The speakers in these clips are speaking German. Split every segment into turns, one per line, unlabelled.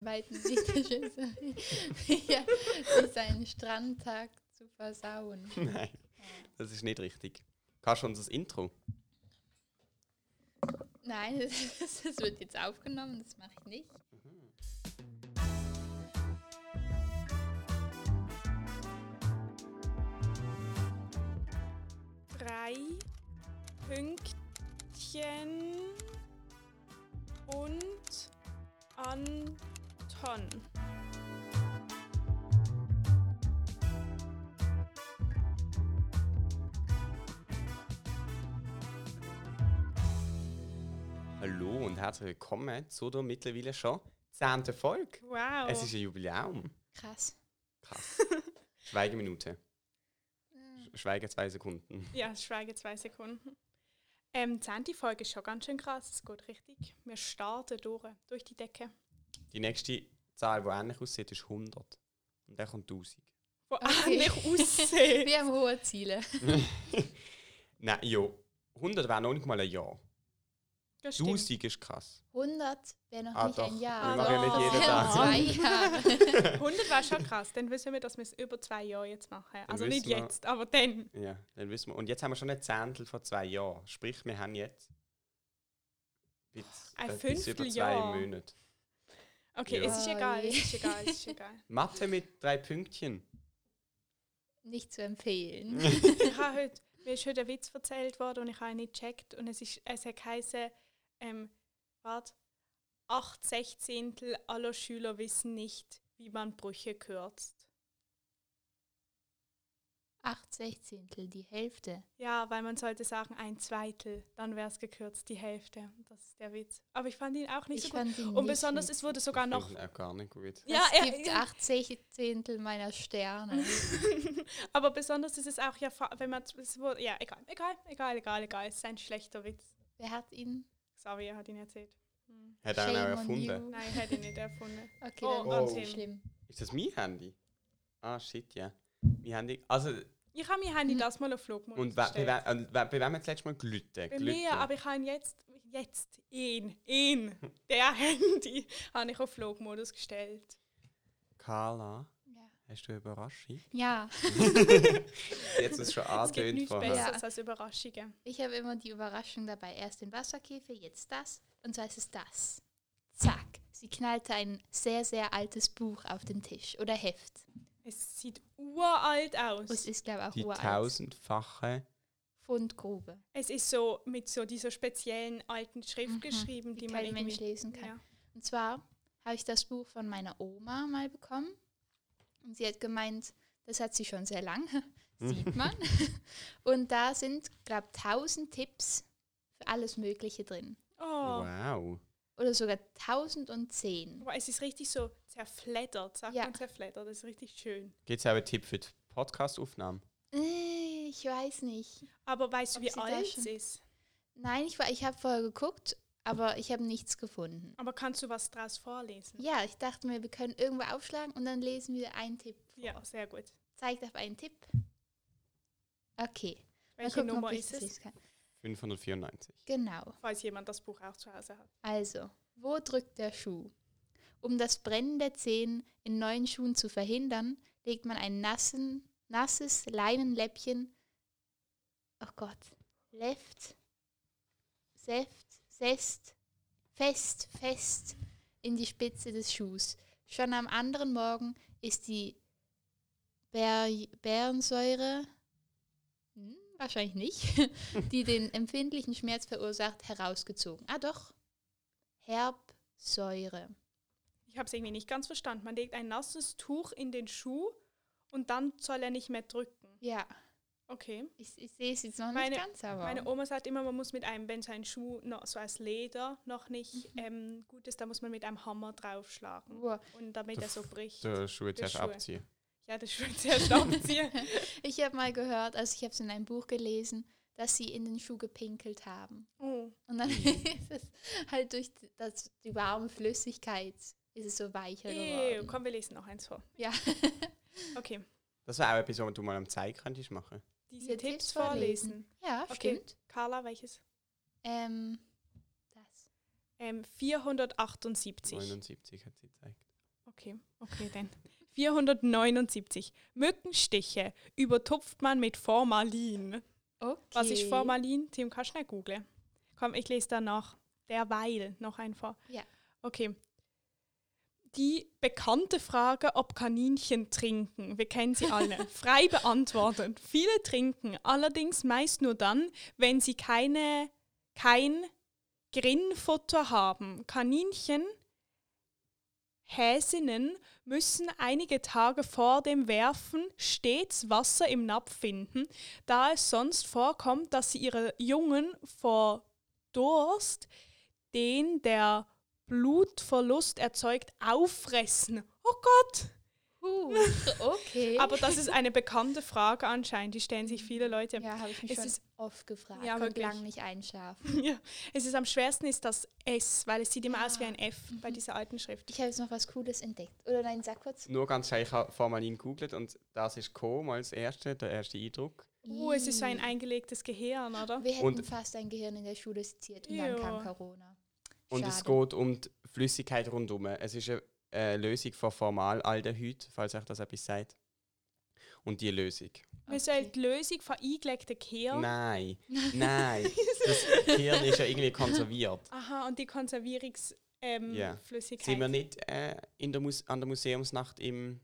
weiten Sicht ist es ja, ist ein Strandtag zu versauen.
Nein, das ist nicht richtig. Kannst du uns das Intro?
Nein, das, das wird jetzt aufgenommen, das mache ich nicht.
drei Pünktchen und Anton.
Hallo und herzlich willkommen zu der mittlerweile schon 10. Folge.
Wow.
Es ist ein Jubiläum.
Krass.
Krass. Schweigeminute.
Mm.
Sch- Schweige zwei Sekunden.
ja, schweige zwei Sekunden. Ähm, die zehnte Folge ist schon ganz schön krass. Es geht richtig. Wir starten durch, durch die Decke.
Die nächste Zahl, die ähnlich aussieht, ist 100. Und dann kommt 1000.
Wo
Okay.
ähnlich aussehen.
Wir haben hohe Ziele.
Nein, jo. 100 wäre noch nicht mal ein Jahr.
Das stimmt.
1000 ist krass.
100 wäre noch
Ah,
nicht
doch.
ein Jahr.
Wir machen ja nicht
Das wären
jeden Tag.
Zwei Jahre.
100 wäre schon krass. Dann wissen wir, dass wir es über zwei Jahre jetzt machen. Also nicht
wissen wir-
jetzt, aber dann.
Ja, dann wissen wir. Und jetzt haben wir schon ein Zehntel von zwei Jahren. Sprich, wir haben jetzt. Bis,
Ein
äh, bis über
Fünfteljahr.
zwei Monate.
Okay,
Ja.
es ist egal.
Oi.
Es ist egal. Es ist egal.
Mathe mit drei Pünktchen.
Nicht zu empfehlen.
ich habe heute, mir ist heute ein Witz erzählt worden und ich habe ihn nicht gecheckt. Und es, ist, es hat geheißen, ähm, warte, 8 Sechzehntel aller Schüler wissen nicht, wie man Brüche kürzt.
8 Sechzehntel, die Hälfte.
Ja, weil man sollte sagen, ein Zweitel, dann wäre es gekürzt, die Hälfte. Das ist der Witz. Aber ich fand ihn auch
Ich
nicht so gut.
fand ihn
Und
nicht
besonders,
gut.
es wurde sogar noch.
Find ich Auch gar nicht gut.
Ja,
es
er-
gibt 8 Sechzehntel meiner Sterne.
aber besonders ist es auch ja, fa- wenn man. Es wurde, ja, egal, egal, egal, egal, egal. Es ist ein schlechter Witz.
Wer hat ihn?
Xavier hat ihn erzählt. Hm.
Hat er auch
Shame on
erfunden.
you.
Nein, ich hätte ihn nicht erfunden.
Okay,
Oh,
dann war
oh.
es schlimm.
Ist das mein Handy? Ah, shit, ja. Mein Handy.
Oh,
Also,
Ich habe mein
Mhm.
Handy das mal auf Flugmodus
und wer- bei
gestellt.
wem- und wer- bei wem hat das letzte Mal gelitten?
Bei mir, aber ich habe jetzt, jetzt ihn, ihn, der Handy, habe ich auf Flugmodus gestellt.
Carla,
Ja.
hast du eine Überraschung?
ja,
Jetzt ist es schon
Es gibt
angetönt
nichts
vorher.
besser.
Besseres als Überraschungen.
ich habe immer die Überraschung dabei. Erst den Wasserkäfer, jetzt das. Und zwar ist es das. Zack. Sie knallte ein sehr, sehr altes Buch auf den Tisch oder Heft.
Es sieht uralt
Und es
aus.
ist, glaube ich, auch
Die
uralt.
tausendfache.
Fundgrube,
Es ist so mit so dieser speziellen alten Schrift
Mhm.
geschrieben,
die
die man
kein Mensch
irgendwie...
lesen kann.
Ja.
Und zwar habe ich das Buch von meiner Oma mal bekommen. Und sie hat gemeint, das hat sie schon sehr lange,
Mhm.
sieht man. Und da sind, glaube ich, 1000 Tipps für alles Mögliche drin.
Oh,
Wow.
Oder sogar 1010.
wow. es ist richtig so zerfleddert, sagt
Ja.
man zerfleddert, das ist richtig schön.
Gibt es auch einen Tipp für die Podcastaufnahme?
Äh, Ich weiß nicht.
Aber weißt du,
Ob
wie
sie da
alt
schon-
es ist?
Nein, ich, war- ich habe vorher geguckt, aber ich habe nichts gefunden.
Aber kannst du was draus vorlesen?
Ja, ich dachte mir, wir können irgendwo aufschlagen und dann lesen wir einen Tipp.
Ja, sehr gut.
Zeigt auf einen Tipp. Okay. Mal
Welche
gucken, ob
Nummer
ich
ist
das
es?
lesen kann.
594.
Genau.
Falls jemand das Buch auch zu Hause hat.
Also, wo drückt der Schuh? Um das Brennen der Zehen in neuen Schuhen zu verhindern, legt man ein nassen, nasses Leinenläppchen. Oh Gott. Left. Seft. Sest. Fest. Fest. In die Spitze des Schuhs. Schon am anderen Morgen ist die Ber Bärensäure. Hm, wahrscheinlich nicht. die den empfindlichen Schmerz verursacht, herausgezogen. Ah, doch. Herbsäure.
Ich habe es irgendwie nicht ganz verstanden. Man legt ein nasses Tuch in den Schuh und dann soll er nicht mehr drücken.
Ja,
Okay.
ich, ich sehe es jetzt noch
Meine-
nicht ganz, aber.
Meine Oma sagt immer, man muss mit einem, wenn sein Schuh noch, so als Leder noch
Mhm.
nicht ähm, gut ist, da muss man mit einem Hammer draufschlagen.
Uah.
Und damit
Der
er so bricht.
Der Schuhe
Der
zuerst
Schuhe.
abziehen.
Ja, das Schuh zuerst abziehen.
Ich habe mal gehört, also ich habe es in einem Buch gelesen, dass sie in den Schuh gepinkelt haben.
Oh.
Und dann ist es halt durch die- das, die warme Flüssigkeit ist es so weicher
Ew,
geworden.
komm, wir lesen noch eins vor.
Ja.
Okay.
Das wäre auch etwas, was du mal am Zeig könntest machen.
Diese
Diese
Tipps
Tipps vorlesen.
vorlesen.
ja,
Okay.
stimmt.
Carla, welches?
Ähm, das.
Ähm, 478.
79 hat sie gezeigt.
Okay, okay dann. 479. Mückenstiche übertupft man mit Formalin.
Okay.
Was ist Formalin? Tim, kannst du nicht googeln? Komm, ich lese danach. Derweil noch ein vor.
Ja.
Okay. Die bekannte Frage, ob Kaninchen trinken, wir kennen sie alle, frei beantwortet. Viele trinken, allerdings meist nur dann, wenn sie keine, kein Grinnfutter haben. Kaninchen, Häsinnen müssen einige Tage vor dem Werfen stets Wasser im Napf finden, da es sonst vorkommt, dass sie ihre Jungen vor Durst, den der Blutverlust erzeugt, auffressen. Oh Gott!
Huch, okay.
Aber das ist eine bekannte Frage anscheinend, die stellen sich viele Leute.
ja, habe ich mich
es
schon
ist-
oft gefragt.
Ja,
Ja, Konnte
wirklich.
lang nicht einschlafen.
Ja. Es ist am schwersten ist das S, weil es sieht immer
Ja.
aus wie ein F bei dieser alten Schrift.
Ich habe jetzt noch was Cooles entdeckt. Oder nein, sag kurz.
Nur ganz schnell, ich habe Formalin gegoogelt und das ist gekommen als erste, der erste Eindruck.
Oh, es ist so ein eingelegtes Gehirn, oder?
Wir hätten
Und-
fast ein Gehirn in der Schule seziert und dann
Ja.
kam Corona.
Und es geht um die Flüssigkeit rundum. Es ist eine äh, Lösung von Formaldehyd, falls euch das etwas sagt. Und die Lösung.
Wir sollen die Lösung von eingelegten halt Gehirn.
Nein, nein. Das Gehirn ist ja irgendwie konserviert.
Aha, und die Konservierungsflüssigkeit. Ähm,
Ja.
Flüssigkeit.
Sind wir nicht äh, in der Mus an der Museumsnacht im ähm,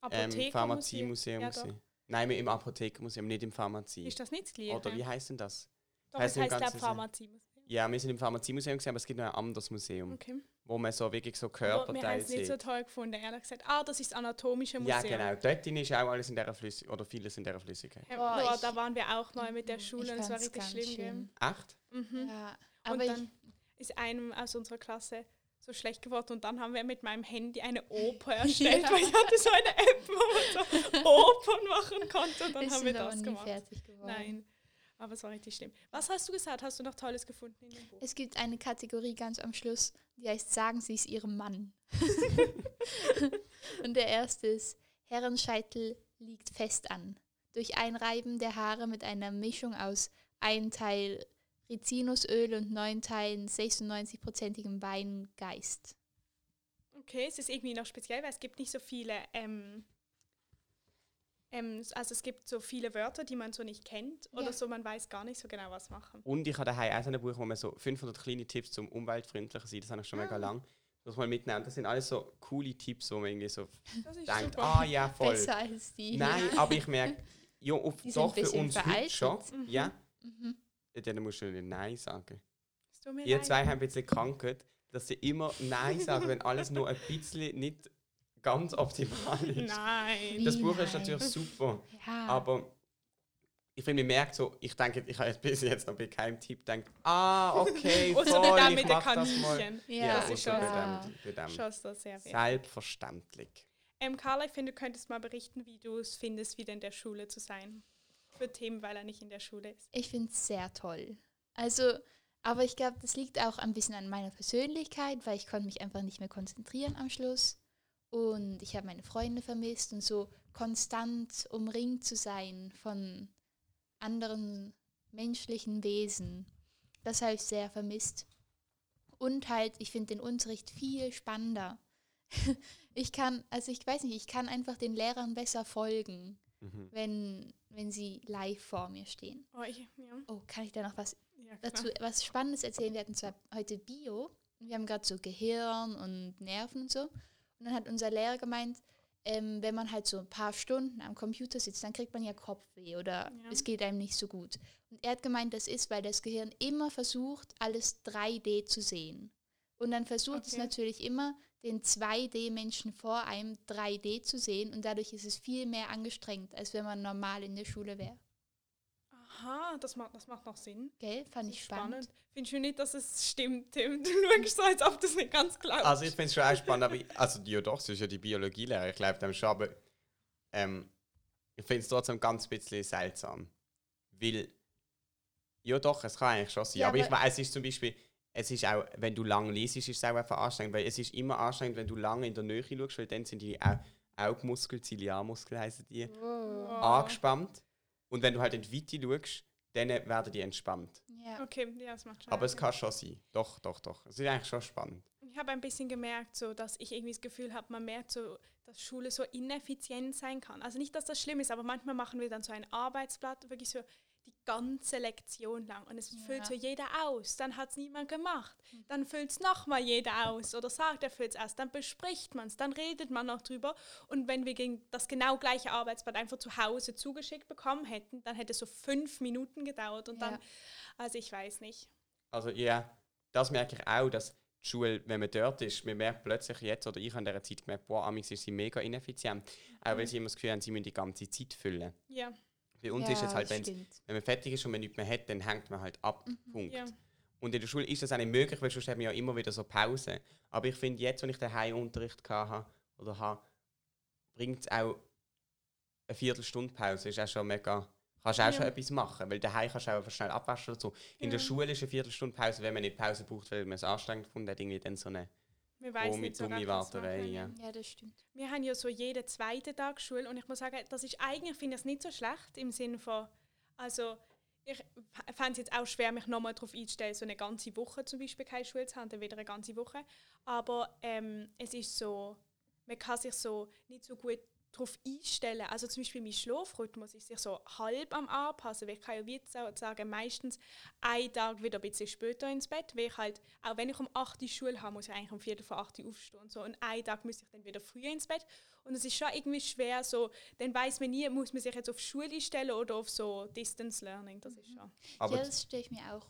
Apothekermuseum?
Pharmaziemuseum?
Ja,
gewesen? Nein, wir im Apothekermuseum, nicht im Pharmazie.
Ist das nicht das Gleiche?
Oder wie heißt denn das?
Doch,
heißt
es
im
heißt
Ganzen
auch
so.
Pharmaziemuseum.
Ja, wir sind im Pharmaziemuseum gesehen, aber es gibt noch ein anderes Museum,
Okay.
wo man so wirklich so
Aber wir haben
Körperteile
es nicht
sieht.
so toll gefunden, ehrlich gesagt. Ah, das ist das anatomische
ja,
Museum.
genau. Dort drin ist auch alles in dieser Flüssigkeit, oder vieles in dieser Flüssigkeit.
Ähm,
Boah,
boah,
ich-
da waren wir auch mal mit der Schule und
Ich
es war
fand's
richtig
ganz
schlimm. gell?
schlimm.
Acht?
Mhm.
Ja, aber
und
ich,
dann ist einem aus unserer Klasse so schlecht geworden und dann haben wir mit meinem Handy eine Oper erstellt,
Ja.
weil ich hatte so eine App, wo man so Opern machen konnte und dann
wir
haben wir
sind aber
das
nie
gemacht.
fertig geworden.
Nein, aber es war richtig schlimm. Was hast du gesagt? Hast du noch Tolles gefunden in dem Buch?
Es gibt eine Kategorie ganz am Schluss, die heißt Sagen Sie es Ihrem Mann. Und der erste ist Herrenscheitel liegt fest an. Durch Einreiben der Haare mit einer Mischung aus einem Teil Rizinusöl und neun Teilen 96-prozentigem Weingeist.
Okay, es ist irgendwie noch speziell, weil es gibt nicht so viele, ähm, ähm, s- also es gibt so viele Wörter, die man so nicht kennt oder
Ja.
so, man weiß gar nicht so genau, was machen.
Und ich habe daheim auch so ein Buch, wo man so 500 kleine Tipps zum umweltfreundlicher sein, das habe ich schon
Ah.
mega lang. Muss man mitnehmen. Das sind alles so coole Tipps, wo man irgendwie so
Das ist
denkt,
super.
ah ja, voll.
Besser als die.
Nein, aber ich merke, ja, auf,
Die sind
doch
ein
für
bisschen
uns heute
veraltet.
schon. Ja,
Mhm.
dann musst du nicht Nein sagen.
Es tut mir
Ihr
leid.
zwei haben ein bisschen gekrankelt, dass sie immer Nein sagen, wenn alles nur ein bisschen nicht ganz optimal ist.
Nein.
Das
Wie
Buch ist
nein?
natürlich super,
Ja.
Ah.
aber ich finde, man merkt so, ich denke, ich habe bis jetzt noch bei keinem Tipp gedacht, ah, okay, voll,
Außer mit dem
ich
mit den
mach das ähm, mal.
Kaninchen.
ja,
Ja,
das ist
außer
schon- Ah.
bei dem, bei dem.
Schon so sehr weh.
Selbstverständlich.
Ähm, Carla, ich finde, du könntest mal berichten, wie du es findest, wieder in der Schule zu sein. Für Tim, weil er nicht in der Schule ist.
Ich finde es sehr toll. Also, aber ich glaube, das liegt auch ein bisschen an meiner Persönlichkeit, weil ich konnte mich einfach nicht mehr konzentrieren am Schluss. Und ich habe meine Freunde vermisst und so konstant umringt zu sein von anderen menschlichen Wesen. Das habe ich sehr vermisst. Und halt, ich finde den Unterricht viel spannender. ich kann, also ich weiß nicht, ich kann einfach den Lehrern besser folgen,
Mhm.
wenn, wenn sie live vor mir stehen.
Oh, ich, ja,
Oh, kann ich da noch was
ja, klar.
dazu was Spannendes erzählen? Wir hatten zwar heute Bio und wir haben gerade so Gehirn und Nerven und so. Und dann hat unser Lehrer gemeint, ähm, wenn man halt so ein paar Stunden am Computer sitzt, dann kriegt man ja Kopfweh oder
Ja.
es geht einem nicht so gut. Und er hat gemeint, das ist, weil das Gehirn immer versucht, alles 3D zu sehen. Und dann versucht es
Okay.
natürlich immer, den 2D-Menschen vor einem 3D zu sehen und dadurch ist es viel mehr angestrengt, als wenn man normal in der Schule wäre.
Aha, das macht, das macht noch Sinn.
Gell? Fand
Das
ich
ist
spannend.
Findest du nicht, dass es stimmt, Tim? Du schaust so, als ob das nicht ganz klar ist.
Also ich finde es schon auch spannend, aber ich, also ja doch, es ist ja die Biologielehre, ich glaube dem schon, aber ähm, ich finde es trotzdem ganz bisschen seltsam. Weil, ja doch, es kann eigentlich schon sein,
Ja,
aber, ich
aber-
meine, es ist zum Beispiel, es ist auch, wenn du lang liest, ist es auch einfach anstrengend, weil es ist immer anstrengend, wenn du lange in der Nähe schaust, weil dann sind die Au Augenmuskeln, Ziliarmuskeln heißen die,
Wow.
angespannt und wenn du halt in die Weite schaust, dann werden die entspannt.
Ja.
Okay, ja, das macht schon
Aber es
Sinn.
kann schon sein, doch, doch, doch, es ist eigentlich schon spannend.
Ich habe ein bisschen gemerkt, so, dass ich irgendwie das Gefühl habe, man merkt so, dass Schule so ineffizient sein kann. Also nicht, dass das schlimm ist, aber manchmal machen wir dann so ein Arbeitsblatt, wirklich so die ganze Lektion lang. Und es füllt
Ja. Mhm.
so jeder aus. Dann hat es niemand gemacht. Dann füllt es nochmal jeder aus oder sagt, er füllt es aus. Dann bespricht man es, dann redet man noch drüber. Und wenn wir gegen das genau gleiche Arbeitsblatt einfach zu Hause zugeschickt bekommen hätten, dann hätte es so fünf Minuten gedauert. Und
Ja.
dann, also ich weiß nicht.
Also ja, das merke ich auch, dass die Schule, wenn man dort ist, man merkt plötzlich jetzt, oder ich habe in dieser Zeit gemerkt, boah, amigs ist sie mega ineffizient. Auch
Mhm.
weil sie immer das Gefühl haben, sie müssen die ganze Zeit füllen.
Ja,
Bei uns
ja,
ist es halt,
das
wenn's,
stimmt. Mhm.
wenn man fertig ist und man nichts mehr hat, dann hängt man halt ab. Punkt.
ja.
Und in der Schule ist das auch nicht möglich, weil sonst haben wir ja immer wieder so Pausen. Aber ich finde, jetzt, wenn ich daheim Unterricht hatte oder habe, bringt es auch eine Viertelstunde Pause. Ist auch schon mega. Kannst auch
Ja.
schon etwas machen, weil daheim kannst du auch einfach schnell abwaschen oder so. In der
Ja.
Schule ist eine Viertelstunde Pause, wenn man nicht Pause braucht, weil man es anstrengend gefunden hat, irgendwie dann so eine
Wir weiß
Dumme-
nicht so
dumme
recht, was
Warterei,
machen.
ja.
Ja, das stimmt.
Wir haben ja so jeden zweiten Tag Schule und ich muss sagen, das ist eigentlich finde ich es nicht so schlecht im Sinne von, also ich fände es jetzt auch schwer, mich nochmal darauf einzustellen, so eine ganze Woche zum Beispiel keine Schule zu haben, dann wieder eine ganze Woche. Aber ähm, es ist so, man kann sich so nicht so gut darauf einstellen. Also zum Beispiel mein Schlafrhythmus ist sich so halb am Anpassen, weil ich kann ja wie so- sagen, meistens einen Tag wieder ein bisschen später ins Bett, weil ich halt, auch wenn ich um 8 Uhr Schule habe, muss ich eigentlich um Viertel vor 8 Uhr aufstehen und so und einen Tag muss ich dann wieder früher ins Bett und es ist schon irgendwie schwer so, dann weiß man nie, muss man sich jetzt auf Schule einstellen oder auf so Distance Learning, das ist schon.
Aber
ja, das stelle ich mir auch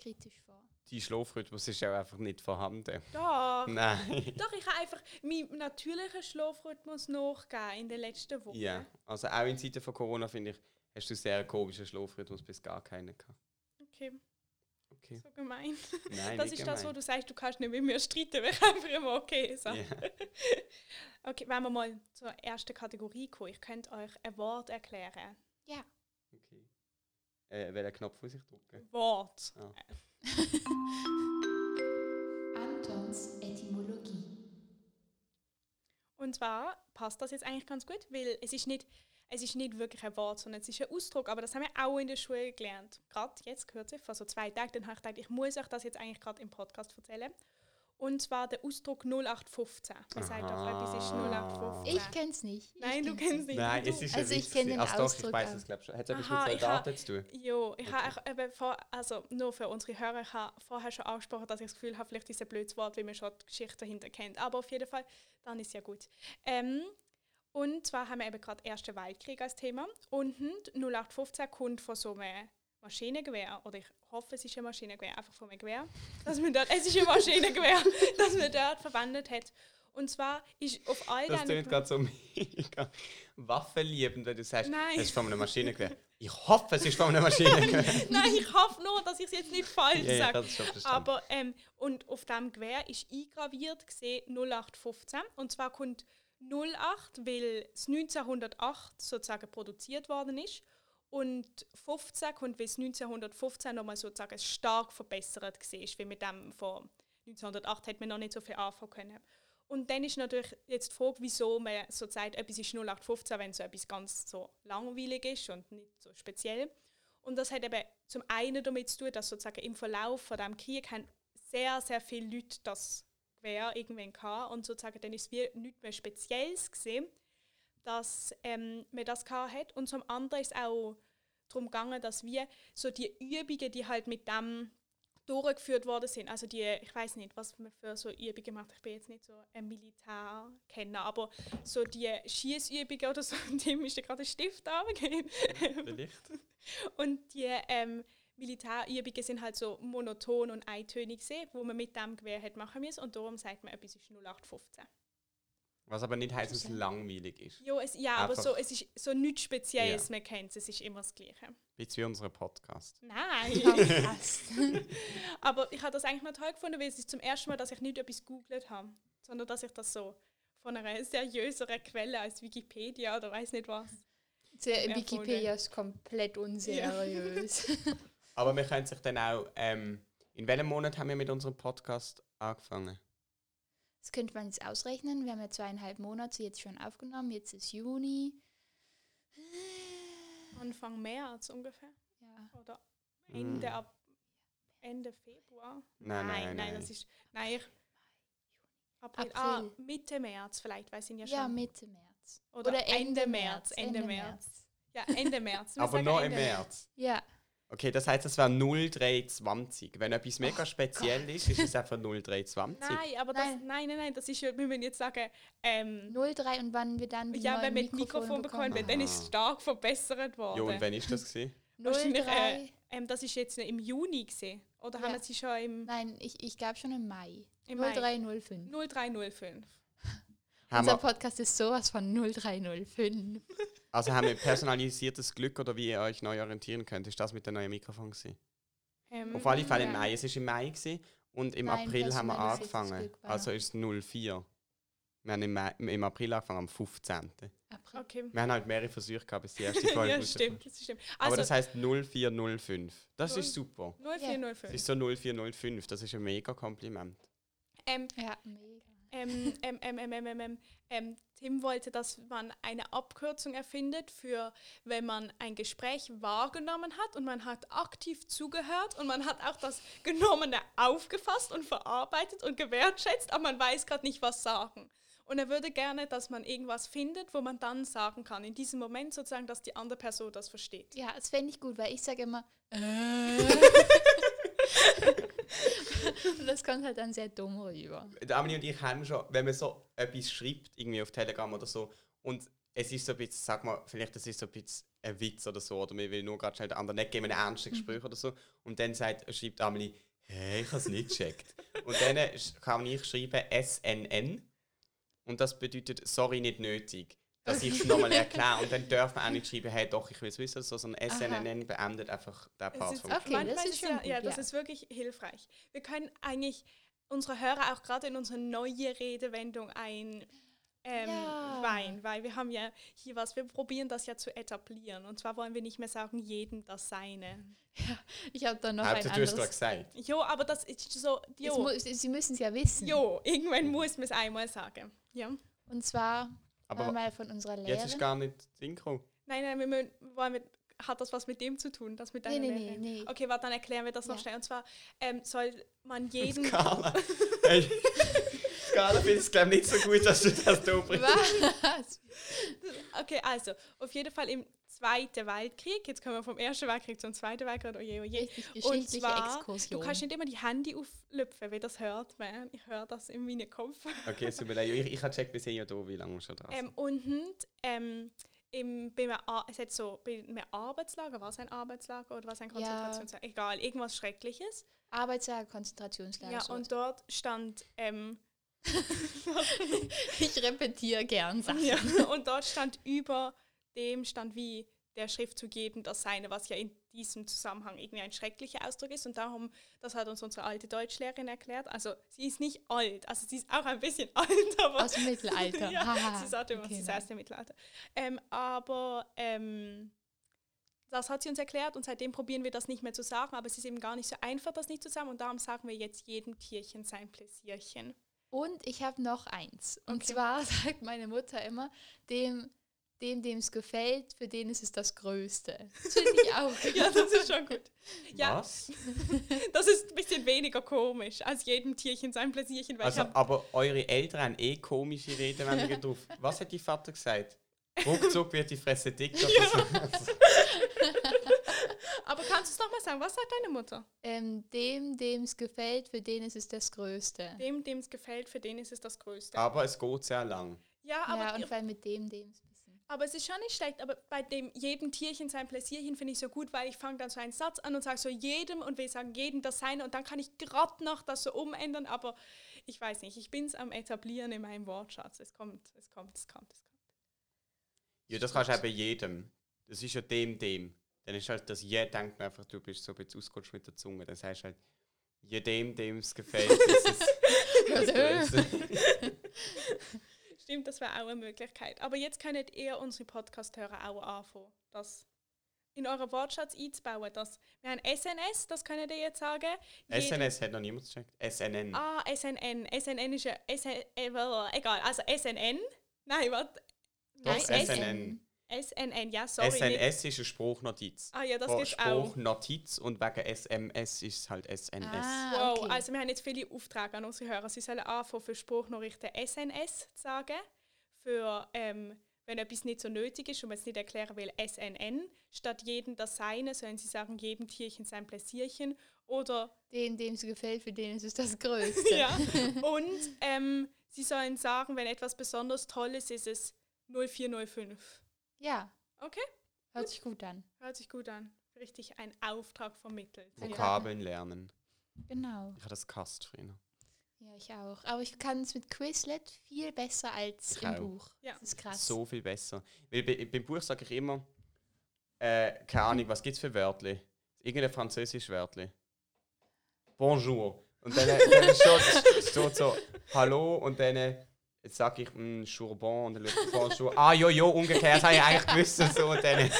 kritisch vor.
die Schlafrhythmus ist auch einfach nicht vorhanden.
Doch,
Nein.
doch, ich habe einfach meinem natürlichen Schlafrhythmus nachgegeben in den letzten Wochen.
Ja. Also auch in Zeiten von Corona, finde ich, hast du sehr komischen Schlafrhythmus bis gar keinen gehabt.
Okay,
Okay.
so gemein.
Nein,
Das
nicht
ist das, wo
gemein.
du sagst, du kannst nicht mit mir streiten, weil ich einfach immer okay sage.
Ja.
Okay, wenn wir mal zur ersten Kategorie kommen, ich könnte euch ein Wort erklären.
Ja.
Okay. Äh, welchen Knopf muss ich drücken?
Wort.
Ah.
Antons Etymologie.
Und zwar passt das jetzt eigentlich ganz gut, weil es ist nicht, es ist nicht wirklich ein Wort, sondern es ist ein Ausdruck, aber das haben wir auch in der Schule gelernt. Gerade jetzt kürzlich, vor so zwei Tagen, dann habe ich gedacht, ich muss euch das jetzt eigentlich gerade im Podcast erzählen. Und zwar der Ausdruck 0815. Man sagt doch,
Aha.
etwas ist 0815.
Ich kenn's nicht. Ich
Nein, du
kenn's
kennst nicht.
Nein,
du.
es ist
Also
ein
ich
Witz.
kenne den
also doch, ich
Ausdruck
weiß
auch.
es, glaube ich schon. Hat es etwas
Aha,
mit
ich ha-
Soldaten zu tun?
Jo, ich
Okay.
habe eben vor, also nur für unsere Hörer, ich habe vorher schon angesprochen, dass ich das Gefühl habe, vielleicht ist es ein blödes Wort, weil man schon die Geschichte dahinter kennt. Aber auf jeden Fall, dann ist ja gut. Ähm, und zwar haben wir eben gerade Ersten Weltkrieg als Thema. Und hm, 0815 kommt von so einem Maschinengewehr, oder ich hoffe, es ist ein Maschinengewehr, einfach von einem Gewehr, dass man dort, es ist ein Maschinengewehr, das man dort verwendet hat. Und zwar ist auf all
Das
diesen-
klingt gerade so mega waffenliebend, wenn du sagst,
Nein.
es ist von einem Maschinengewehr. Ich hoffe, es ist von einem Maschinengewehr.
Nein, ich hoffe nur, dass ich es jetzt nicht falsch
Ja, ja,
sage.
das ist schon verstanden.
Aber ähm, und auf dem Gewehr ist eingraviert gesehen 0815 und zwar kommt 08, weil es 1908 sozusagen produziert worden ist und 15 kommt, weil es 1915 nochmal sozusagen stark verbessert gesehen ist, weil mit dem von 1908 hätte man noch nicht so viel anfangen können. Und dann ist natürlich jetzt die Frage, wieso man so sagt, etwas ist 0815, wenn so etwas ganz so langweilig ist und nicht so speziell. Und das hat eben zum einen damit zu tun, dass sozusagen im Verlauf von dem Krieg haben sehr, sehr viele Leute das Gewehr irgendwann gehabt und sozusagen dann ist es wie nichts mehr Spezielles gesehen, dass ähm, man das gehabt hat. Und zum anderen ist es auch darum gegangen, dass wir so die Übungen, die halt mit dem durchgeführt worden sind, also die, ich weiß nicht, was man für so Übungen macht, ich bin jetzt nicht so ein Militärkenner, aber so die Schießübungen oder so, dem ist ja gerade ein Stift angegeben.
Vielleicht.
Und die ähm, Militärübungen sind halt so monoton und eintönig gesehen, wo man mit dem Gewehr hätte machen müssen. Und darum sagt man, etwas ist 0815.
Was aber nicht heisst, dass es langweilig ist.
Ja, es, ja aber
Einfach.
so, es ist so nichts Spezielles,
Ja.
man kennt es, es ist immer das Gleiche.
Jetzt wie unser Podcast.
Nein,
nicht. Ah, krass.
aber ich habe das eigentlich noch toll gefunden, weil es ist zum ersten Mal, dass ich nicht etwas googelt habe, sondern dass ich das so von einer seriöseren Quelle als Wikipedia oder weiß nicht was.
Der
Mehr
Wikipedia ist komplett unseriös.
Aber wir können sich dann auch. Ähm, in welchem Monat haben wir mit unserem Podcast angefangen?
Das könnte man jetzt ausrechnen. Wir haben ja zweieinhalb Monate jetzt schon aufgenommen. Jetzt ist Juni.
Anfang März ungefähr.
Ja.
Oder Ende,
Mm.
Ab Ende Februar.
Nein, nein, nein.
das ist. Nein, ich, April.
April.
Ah, Mitte März vielleicht, weil es sind ja schon.
Ja, Mitte März.
Ende, März. Ja, Ende März. Wir
Aber
sagen
noch im
Ende
März.
Ja,
Okay, das heißt, es wäre 0320. Wenn etwas mega speziell ist, ist es einfach 0320.
Nein, aber das,
Nein.
nein, nein, nein, das ist ja, wir müssen jetzt sagen, ähm,
03 und wann wir dann die
ja, wenn
neuen
wir das Mikrofon
Mikrofone
bekommen, haben,
bekommen.
dann ist es stark verbessert worden.
Ja, und wann ist das gewesen?
Wahrscheinlich,
03,
äh, ähm, das ist jetzt im Juni gesehen. Oder
Ja.
haben sie schon im,
nein, ich, ich glaube schon im Mai.
im Mai?
0305.
0305.
Haben
Unser
wir,
Podcast ist sowas von 0305.
also haben wir personalisiertes Glück oder wie ihr euch neu orientieren könnt? Ist das mit dem neuen Mikrofon gewesen?
Ähm,
Auf alle Fälle
Ja.
nein, es ist im Mai gewesen und im
Nein,
April haben wir
personalisiertes
angefangen.
Glück war
Also
noch.
ist es 04. Wir haben im, Mai, im April angefangen, am 15.
April.
Okay.
Wir haben halt mehrere Versuche gehabt, bis die erste Folge
ja,
rauskommt.
stimmt, das stimmt.
Aber
Also
das heißt 0405. Das
Null-
ist super. Das
0405.
ist so 0405, das ist ein mega Kompliment.
Ähm,
Ja, mega.
ähm, ähm, ähm, ähm, ähm, ähm, ähm, ähm, Tim wollte, dass man eine Abkürzung erfindet für, wenn man ein Gespräch wahrgenommen hat und man hat aktiv zugehört und man hat auch das Genommene aufgefasst und verarbeitet und gewertschätzt, aber man weiß gerade nicht, was sagen. Und er würde gerne, dass man irgendwas findet, wo man dann sagen kann, in diesem Moment sozusagen, dass die andere Person das versteht.
Ja, das fände ich gut, weil ich sage immer, äh. Und das kommt halt dann sehr dumm rüber.
Amni und ich haben schon, wenn man so etwas schreibt, irgendwie auf Telegram oder so, und es ist so ein bisschen, sag mal, vielleicht das ist so ein bisschen ein Witz oder so, oder man will nur gerade schnell den anderen nicht geben, ein ernstes
Mhm.
Gespräch oder so, und dann sagt, schreibt Amelie, hey, ich habe es nicht gecheckt. und dann äh, sch- kann ich schreiben SNN, und das bedeutet, sorry, nicht nötig, dass ich es nochmal erkläre, und dann darf man auch nicht schreiben, hey, doch, ich will es wissen, oder so, sondern SNN beendet einfach den
Es
Part
ist-
vom
Okay,
manchmal
das ist schon
ja,
gut,
ja, das
ja.
ist wirklich hilfreich. Wir können eigentlich unsere Hörer auch gerade in unsere neue Redewendung ein ähm,
Ja.
Wein, weil wir haben ja hier was, wir probieren das ja zu etablieren. Und zwar wollen wir nicht mehr sagen, jeden das seine.
Ich habe da noch ein
Hauptsache, du hast gerade
anderes.
gesagt.
Jo, aber das ist so,
Jetzt
jo,
mu- Sie müssen es ja wissen.
jo, irgendwann muss man es einmal sagen. Ja.
Und zwar
Aber
mal von unserer
jetzt ist
Lehrerin.
gar nicht synchron.
Nein, nein, wir mü- wollen mit, hat das was mit dem zu tun, das mit
Nee,
deiner
nee, nee,
Lehrerin?
nee.
Okay, warte, dann erklären wir das noch
Ja.
schnell. Und zwar ähm, soll man jeden
Skala. Hey, Skala finde ich glaube nicht so gut, dass du das da bringst.
Was?
Okay, also, auf jeden Fall im Zweiten Weltkrieg, jetzt kommen wir vom Ersten Weltkrieg zum Zweiten Weltkrieg, oje, oje.
Richtig
Und
geschichtliche
zwar, du
Exkursion.
kannst nicht immer die Handy auflöpfen, weil das hört man. Ich höre das in meinem Kopf.
Also.
Okay, super. Ich, ich habe gecheckt, wir sind ja da, wie lange wir schon dran sind.
Ähm, und ähm, im, bei einem, Ar- es hat so, bei einem Arbeitslager, war es ein Arbeitslager oder war es ein
Ja.
Konzentrationslager? Egal, irgendwas Schreckliches.
Arbeitslager, Konzentrationslager.
Ja,
so.
und dort stand, ähm,
ich repetiere gern Sachen.
ja, und dort stand über dem stand wie der Schriftzug jedem das Seine, was ja in diesem Zusammenhang irgendwie ein schrecklicher Ausdruck ist. Und darum, das hat uns unsere alte Deutschlehrerin erklärt. Also sie ist nicht alt, also sie ist auch ein bisschen alt, aber
Aus dem Mittelalter.
ja,
Haha.
sie sagte immer,
Okay,
sie sei
nein.
aus dem Mittelalter. Ähm, aber ähm, das hat sie uns erklärt und seitdem probieren wir das nicht mehr zu sagen, aber es ist eben gar nicht so einfach, das nicht zu sagen. Und darum sagen wir jetzt jedem Tierchen sein Pläsierchen.
Und ich habe noch eins. Und
Okay.
zwar sagt meine Mutter immer, dem, dem es gefällt, für den ist es das Größte. Das finde ich auch.
Ja, das ist schon gut. Ja,
Was?
Das ist ein bisschen weniger komisch als jedem Tierchen sein Pläsierchen, weil
Also,
ich hab,
aber eure Eltern haben eh komische Redewendungen drauf. Was hat die Vater gesagt? Ruckzuck wird die Fresse dick. oder so.
Aber kannst du es nochmal sagen? Was sagt deine Mutter?
ähm, dem es gefällt, für den ist es das Größte.
Dem, dem es gefällt, für den ist es das Größte.
Aber es geht sehr lang.
Ja, aber,
ja, und weil mit dem, dem es ein bisschen.
aber es ist schon nicht schlecht. Aber bei dem jedem Tierchen sein Pläsierchen finde ich so gut, weil ich fange dann so einen Satz an und sage so jedem und will sagen jedem das Seine und dann kann ich gerade noch das so umändern. Aber ich weiß nicht, ich bin es am Etablieren in meinem Wortschatz. Es kommt, es kommt, es kommt, es kommt.
Ja, das kannst du auch bei jedem. Das ist ja dem, dem. Dann ist halt das Je, denkt man einfach, du bist so ein bisschen ausgerutscht mit der Zunge. Dann sagst du halt, je dem, dem es gefällt, ist es das Größte.
Stimmt, das wäre auch eine Möglichkeit. Aber jetzt könntet ihr unsere Podcast-Hörer auch anfangen, das in euren Wortschatz einzubauen. Das, wir haben SNS, das könnt ihr jetzt sagen. Jede-
SNS hat noch niemand gecheckt. SNN.
Ah, SNN. SNN ist ja... SN, äh, egal, also SNN. Nein, warte.
Doch,
Nein,
SNN.
SNN, ja, sorry. nicht-
SNS ist eine Spruchnotiz.
Ah ja, das
Vor
gibt's auch.
Spruchnotiz und wegen SMS ist es halt SNS.
Ah,
Wow,
okay.
also wir haben jetzt viele Aufträge an unsere Hörer. Sie sollen anfangen, für Spruchnachrichten SNS zu sagen, für, ähm, wenn etwas nicht so nötig ist und man es nicht erklären will, SNN. Statt jedem das Seine sollen sie sagen, jedem Tierchen sein Pläsierchen. Oder,
den, dem es gefällt, für den ist es das Größte.
ja, und ähm, sie sollen sagen, wenn etwas besonders Tolles ist, ist es 0405.
ja,
Okay,
hört sich gut an.
hört sich gut an. Richtig ein Auftrag vermittelt.
Vokabeln lernen.
Genau.
Ich habe das gehasst früher.
Ja, ich auch. Aber ich kann es mit Quizlet viel besser als
Ich
im
auch.
Buch.
Ja.
Das ist krass.
So viel besser. Weil bei, beim Buch sage ich immer, äh, keine Ahnung, was gibt es für Wörtli? Irgendein französisches Wörtli. Bonjour. Und dann, dann steht, steht so Hallo und dann äh, jetzt sage ich mm, Chourbon und dann schaut er, Bonjour. Ah, jo, jo, umgekehrt, habe ich eigentlich gewusst. und So, und dann äh,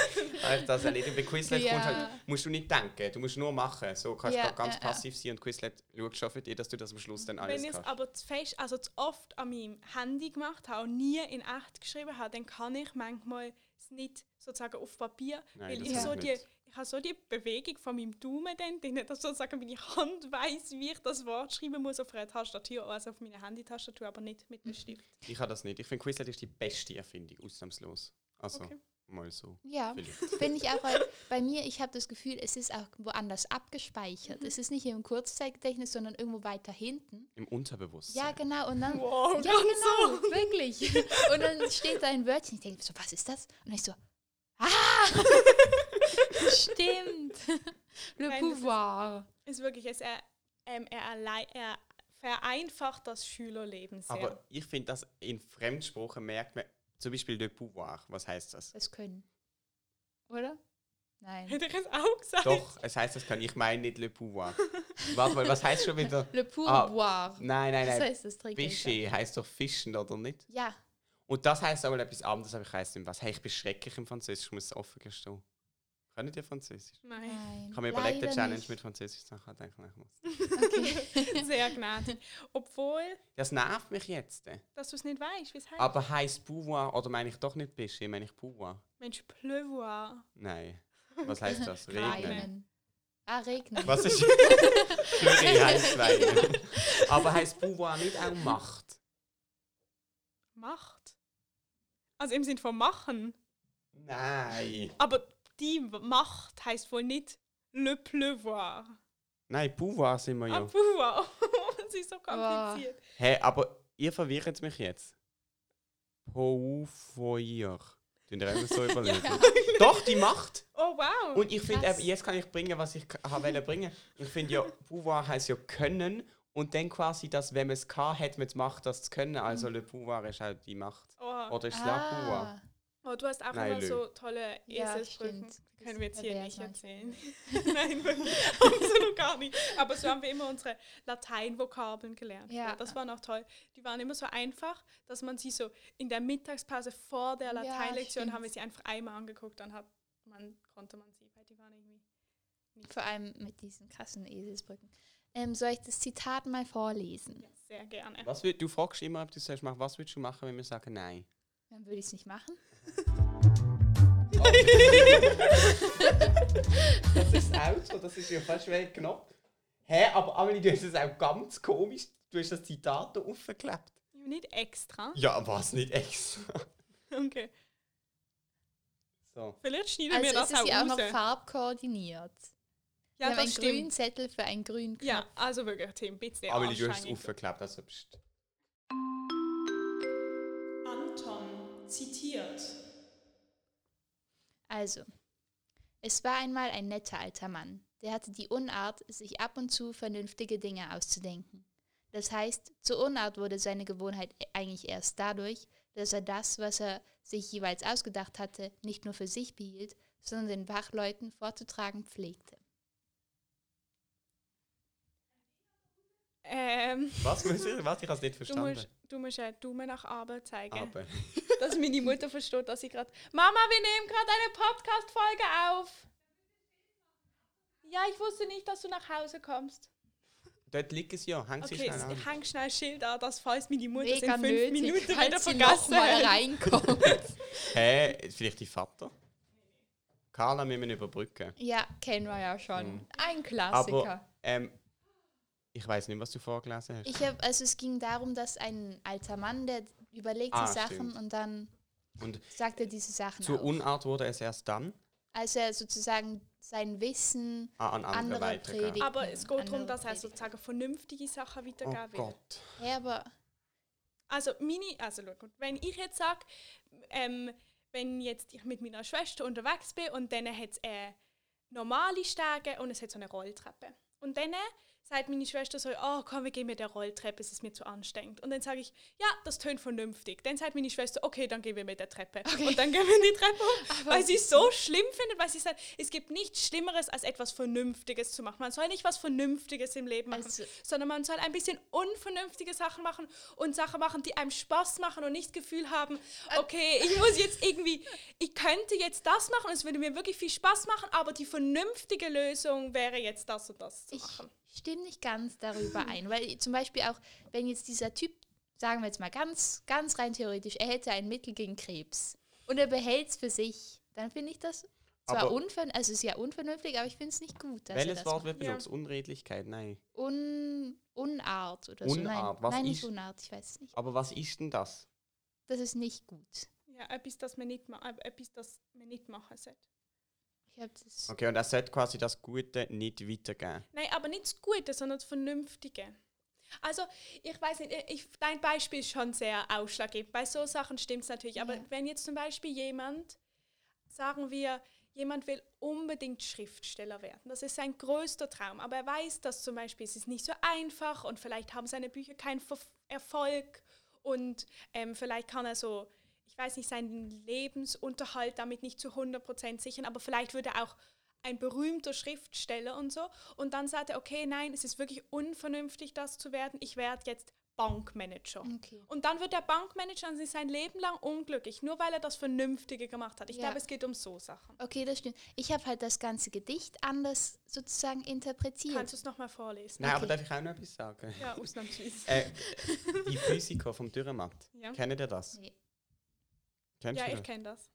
habe ich das erledigt. Bei Quizlet
Ja.
kommt halt, musst du nicht denken, du musst nur machen. So kannst du
Ja,
da ganz
ja, ja.
passiv sein und Quizlet schaut schon für dich, dass du das am Schluss dann alles
Wenn ich es
kannst.
aber zu fest, also zu oft an meinem Handy gemacht habe und nie in echt geschrieben habe, dann kann ich manchmal es nicht sozusagen auf Papier,
Nein,
weil
das
ich
geht
so die,
nicht.
ich habe so die Bewegung von meinem Daumen dann drin, dass sozusagen meine Hand weiß, wie ich das Wort schreiben muss auf einer Tastatur, also auf meiner Handytastatur, aber nicht mit dem Stift.
Ich habe das nicht. Ich finde Quizlet ist die beste Erfindung, ausnahmslos. Also
Okay.
mal so.
Ja,
Vielleicht.
bin ich auch, weil bei mir, ich habe das Gefühl, es ist auch woanders abgespeichert.
Mhm.
Es ist nicht im Kurzzeitgedächtnis, sondern irgendwo weiter hinten.
Im Unterbewusstsein.
Ja, genau. Und dann,
Wow,
ja, genau, wirklich. Und dann steht da ein Wörtchen, ich denke so, was ist das? Und dann ich so, ah, stimmt. Le
Nein, das ist-
pouvoir.
ist wirklich, es er, ähm, er, allein, er vereinfacht das Schülerleben sehr.
Aber ich finde, dass in Fremdsprachen merkt man, zum Beispiel Le Pouvoir, was heißt das?
Das können. Oder? Nein.
Hätte ich es auch gesagt?
Doch, es heißt das kann. Ich meine nicht Le Pouvoir. Warte mal, was heißt schon wieder?
Le pouvoir.
Ah. Nein, nein,
Das
nein.
heißt das Trick.
Fische heißt doch Fischen, oder nicht?
Ja,
Und das heißt aber etwas anderes, aber ich weiß nicht mehr was. Hey, ich bin schrecklich im Französisch, ich muss es offen gestehen. Können ihr Französisch?
Nein.
nein.
Ich habe mir überlegt,
Leider
eine Challenge
nicht.
mit Französisch zu machen. denke ich muss.
Sehr gnädig. Obwohl,
Das nervt mich jetzt. äh.
dass du es nicht weißt, wie es heißt.
Aber heißt Pouvoir, oder meine ich doch nicht Fische, meine ich Pouvoir?
Mensch, pleuvoir.
Nein. Was heißt das? Regnen.
Regnen. Ah, regnen.
Was ist Flurry heißt Weinen. Aber heißt Pouvoir nicht auch Macht?
Macht. Also im Sinn von machen.
Nein.
Aber die Macht heißt wohl nicht le pleuvoir.
Nein, Pouvoir sind wir
Ah,
Oh ja.
pouvoir. das ist so kompliziert.
Hä, aber ihr verwirrt mich jetzt. Pouvoir. Könnt ihr euch so überlegen? Doch, die Macht.
Oh, wow.
Und ich finde,
Krass.
eben, jetzt kann ich bringen, was ich k- ha- wollte bringen. Ich finde ja, Pouvoir heißt ja können. Und dann quasi, dass wenn man es kann, hat man die Macht, das zu können. Also Le Pouvoir ist halt die Macht.
oh.
Oder ist
Ah.
La Pouvoir?
oh, du hast auch
Nein,
immer
Lü.
so tolle
Ja,
Eselsbrücken.
stimmt.
Die können wir jetzt hier
Pervers
nicht
manchmal.
erzählen. Nein, wirklich. absolut gar nicht. Aber so haben wir immer unsere Lateinvokabeln gelernt.
Ja.
Das war noch toll. Die waren immer so einfach, dass man sie so in der Mittagspause vor der
Ja,
Lateinlektion
stimmt.
haben wir sie einfach einmal angeguckt, dann hat man, konnte man sie, weil die waren irgendwie.
Vor allem mit diesen krassen Eselsbrücken. Ähm, soll ich das Zitat mal vorlesen?
Ja, sehr gerne.
Was würd, du fragst immer, ob du es machen Was würdest du machen, wenn wir sagen Nein?
Dann würde ich es nicht machen.
Das ist das Auto, das ist ja fast weggenommen. Hä, aber Amelie, du hast es auch ganz komisch. Du hast das Zitat da aufgeklebt.
Nicht extra.
Ja, was nicht extra.
Okay.
So.
Vielleicht schneiden wir
Also
das
es ist
auch
ja auch noch
raus.
farbkoordiniert.
ja,
wir haben einen
das
grünen
stimmt.
Zettel für einen grünen Knopf.
Ja, also wirklich, Tim, bitte.
Amelie, du hast es
anstrengend.
aufgeklebt. Also pst.
Anton zitiert.
Also, es war einmal ein netter alter Mann, der hatte die Unart, sich ab und zu vernünftige Dinge auszudenken. Das heißt, zur Unart wurde seine Gewohnheit e- eigentlich erst dadurch, dass er das, was er sich jeweils ausgedacht hatte, nicht nur für sich behielt, sondern den Wachleuten vorzutragen pflegte.
Ähm,
Was muss ich? Was? Ich habe es nicht
du, musst,
verstanden.
du musst einen Daumen nach oben zeigen.
Aber.
dass meine Mutter versteht, dass ich gerade Mama, wir nehmen gerade eine Podcast-Folge auf. Ja, ich wusste nicht, dass du nach Hause kommst.
Dort liegt es ja. Hängt sie
Okay,
schnell
jetzt
an.
häng schnell ein Schild an, dass falls meine Mutter es in
Mega
fünf
nötig,
Minuten wieder
falls sie noch
vergessen
mal
hat.
reinkommt.
Hä? Vielleicht die Vater? Carla müssen wir überbrücken.
Ja, kennen wir ja schon.
Mhm.
Ein Klassiker.
Aber ähm, ich weiß nicht, was du vorgelesen hast.
ich habe, also es ging darum, dass ein alter Mann, der überlegt
Ah,
die Sachen
stimmt.
und dann
Und
sagt er diese Sachen
Zur
auf.
Unart wurde es erst dann
als er sozusagen sein Wissen
ah, an andere,
Andere
weitergegeben.
Predigt.
Aber es geht darum,
Andere
dass er
Predigt.
sozusagen vernünftige Sachen
Oh
weitergeben will.
Gott.
Ja, aber
Also meine, also schau, gut, wenn ich jetzt sage, ähm, wenn jetzt ich mit meiner Schwester unterwegs bin und dann hat es äh, normale Stege und es hat so eine Rolltreppe. Und dann sagt meine Schwester so, oh komm, wir gehen mit der Rolltreppe, es ist mir zu anstrengend. Und dann sage ich, ja, das tönt vernünftig. Dann sagt meine Schwester, okay, dann gehen wir mit der Treppe.
Okay.
Und dann gehen wir in die Treppe hoch,
Aber-
weil sie es so schlimm findet, weil sie sagt, es gibt nichts Schlimmeres, als etwas Vernünftiges zu machen. Man soll nicht was Vernünftiges im Leben machen
Also-
sondern man soll ein bisschen unvernünftige Sachen machen und Sachen machen, die einem Spaß machen und nicht das Gefühl haben,
Äh,
okay, ich muss jetzt irgendwie, ich könnte jetzt das machen, es würde mir wirklich viel Spaß machen, aber die vernünftige Lösung wäre jetzt das und das zu
ich
machen.
stimme nicht ganz darüber ein, weil zum Beispiel auch, wenn jetzt dieser Typ, sagen wir jetzt mal ganz, ganz rein theoretisch, er hätte ein Mittel gegen Krebs und er behält es für sich, dann finde ich das zwar
Aber-
unvernünftig, also es ist ja unvernünftig, aber ich finde es nicht gut, dass er
Welches
das
Wort
macht.
wird benutzt? Unredlichkeit? Nein.
Un, Unart oder so.
Unart,
Nein,
was
Nein
ist-
nicht Unart, ich weiß es nicht.
Aber was ist denn das?
Das ist nicht gut.
Ja, etwas, das man nicht, ma äh, etwas, das man nicht machen sollte.
Ich habe das.
Okay, und er sollte quasi das Gute nicht weitergeben.
Nein, aber nicht das Gute, sondern das Vernünftige. Also, ich weiß nicht, ich, dein Beispiel ist schon sehr ausschlaggebend. Bei so Sachen stimmt es natürlich. Aber
Ja.
wenn jetzt zum Beispiel jemand, sagen wir, jemand will unbedingt Schriftsteller werden, das ist sein größter Traum, aber er weiß, dass zum Beispiel es ist nicht so einfach und vielleicht haben seine Bücher keinen Verf- Erfolg und ähm, vielleicht kann er so, ich weiß nicht, seinen Lebensunterhalt damit nicht zu 100% sichern, aber vielleicht würde er auch ein berühmter Schriftsteller und so. Und dann sagt er, okay, nein, es ist wirklich unvernünftig, das zu werden. Ich werde jetzt Bankmanager.
Okay.
Und dann wird der Bankmanager und sie ist sein Leben lang unglücklich, nur weil er das Vernünftige gemacht hat. Ich
Ja.
glaube, es geht um so Sachen.
Okay, das stimmt. Ich habe halt das ganze Gedicht anders sozusagen interpretiert.
Kannst du es nochmal vorlesen?
Nein,
Okay.
aber darf ich auch noch etwas sagen?
Ja, ausnahmsweise.
Äh, die Physiker vom Dürrematt.
Ja,
Kennt ihr das?
Nee.
Kennst
ja
du
ich
das?
kenne das.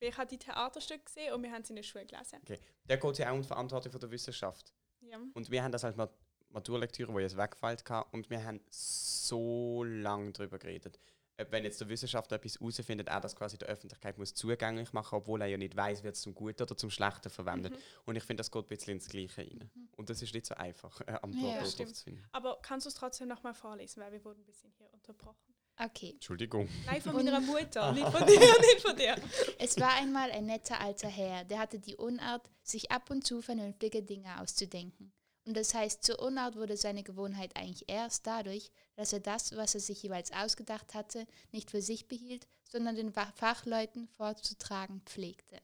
Ich habe die Theaterstücke gesehen und wir haben sie in der Schule gelesen.
Der geht ja auch um die Verantwortung von der Wissenschaft.
Ja.
Und wir haben das als Mat Maturlektüre, die jetzt wegfällt, gehabt, und wir haben so lange darüber geredet. Ob wenn jetzt der Wissenschaftler etwas herausfindet, auch das quasi der Öffentlichkeit muss zugänglich machen, obwohl er ja nicht weiß, wird es zum Guten oder zum Schlechten verwendet.
Mhm.
Und ich finde, das geht ein bisschen ins Gleiche rein. Und das ist nicht so einfach, äh, Antwort
Ja,
darauf
stimmt.
zu finden.
Aber kannst du es trotzdem nochmal vorlesen, weil wir wurden ein bisschen hier unterbrochen.
Okay.
Entschuldigung.
Nein, von
Und- Ah.
meiner Mutter, nicht von dir, nicht von dir.
Es war einmal ein netter alter Herr, der hatte die Unart, sich ab und zu vernünftige Dinge auszudenken. Und das heißt, zur Unart wurde seine Gewohnheit eigentlich erst dadurch, dass er das, was er sich jeweils ausgedacht hatte, nicht für sich behielt, sondern den Wa- Fachleuten vorzutragen pflegte.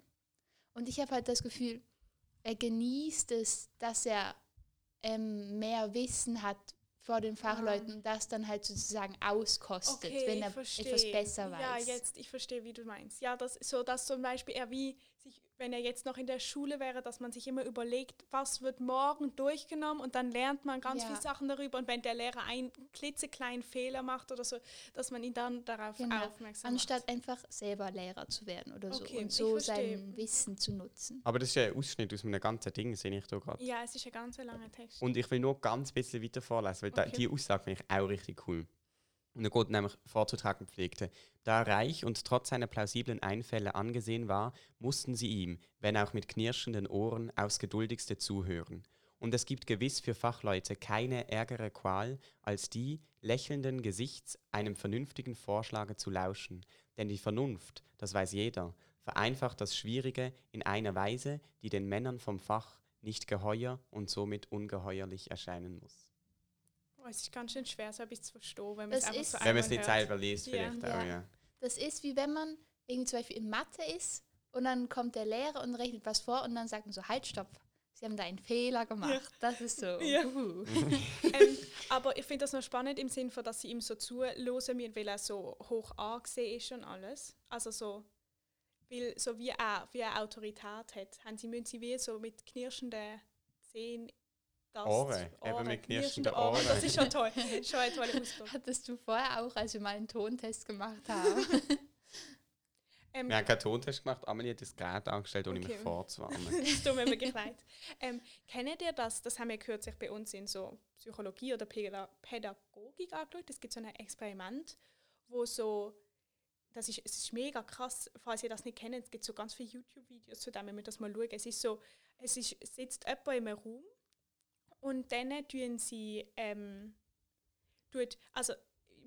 Und ich habe halt das Gefühl, er genießt es, dass er ähm, mehr Wissen hat vor den Fachleuten und das dann halt sozusagen auskostet, wenn er etwas besser weiß.
Ja, jetzt, ich verstehe, wie du meinst. Ja, das ist so, dass zum Beispiel er wie sich, wenn er jetzt noch in der Schule wäre, dass man sich immer überlegt, was wird morgen durchgenommen und dann lernt man ganz
Ja.
viele Sachen darüber und wenn der Lehrer einen klitzekleinen Fehler macht oder so, dass man ihn dann darauf
Genau.
aufmerksam
Anstatt einfach selber Lehrer zu werden oder so
Okay,
und
ich
so
verstehe.
sein Wissen zu nutzen.
Aber das ist ja ein Ausschnitt aus einem ganzen Ding, sehe ich hier gerade.
macht. Ja, es ist ein ganz langer Text.
Und ich will nur ganz bisschen weiter vorlesen, weil da,
Okay.
die Aussage finde ich auch richtig cool. Und er geht nämlich vorzutragen pflegte. Da er reich und trotz seiner plausiblen Einfälle angesehen war, mussten sie ihm, wenn auch mit knirschenden Ohren, aufs geduldigste zuhören. Und es gibt gewiss für Fachleute keine ärgere Qual, als die, lächelnden Gesichts einem vernünftigen Vorschlage zu lauschen. Denn die Vernunft, das weiß jeder, vereinfacht das Schwierige in einer Weise, die den Männern vom Fach nicht geheuer und somit ungeheuerlich erscheinen muss.
oh, es ist ganz schön schwer, so etwas zu verstehen, wenn man
Das
es einfach
ist-
so
Wenn man es
einmal
nicht
hört.
selber liest,
Ja.
vielleicht auch,
Ja.
ja.
Das ist wie wenn man irgendwie zum Beispiel in Mathe ist und dann kommt der Lehrer und rechnet was vor und dann sagt man so, halt, stopp, Sie haben da einen Fehler gemacht. Das ist so.
Oh,
Ja.
uhu.
ähm, aber ich finde das noch spannend im Sinne von, dass sie ihm so zuhören müssen, weil er so hoch angesehen ist und alles. Also so, weil so wie er, wie er Autorität hat, haben sie, müssen sie wie so mit knirschenden Zehen das
Ohren,
zu-
eben mit knirschenden Ohren.
Das ist schon toll, schon ein toller Ausdruck.
Hattest du vorher auch, als wir mal einen Tontest gemacht haben.
Ähm,
Wir haben keinen Tontest gemacht, Amelie hat das Gerät angestellt, ohne mich
Okay.
vorzuwarnen.
Es tut mir wirklich leid. Ähm, kennt ihr das? Das haben wir kürzlich bei uns in so Psychologie oder Päda- Pädagogik angeschaut. Es gibt so ein Experiment, wo so, das ist, es ist mega krass, falls ihr das nicht kennt, es gibt so ganz viele YouTube-Videos zu dem, wenn wir das mal schauen. Es ist so, es ist, sitzt jemand in einem Raum und dann tun sie, ähm, tut, also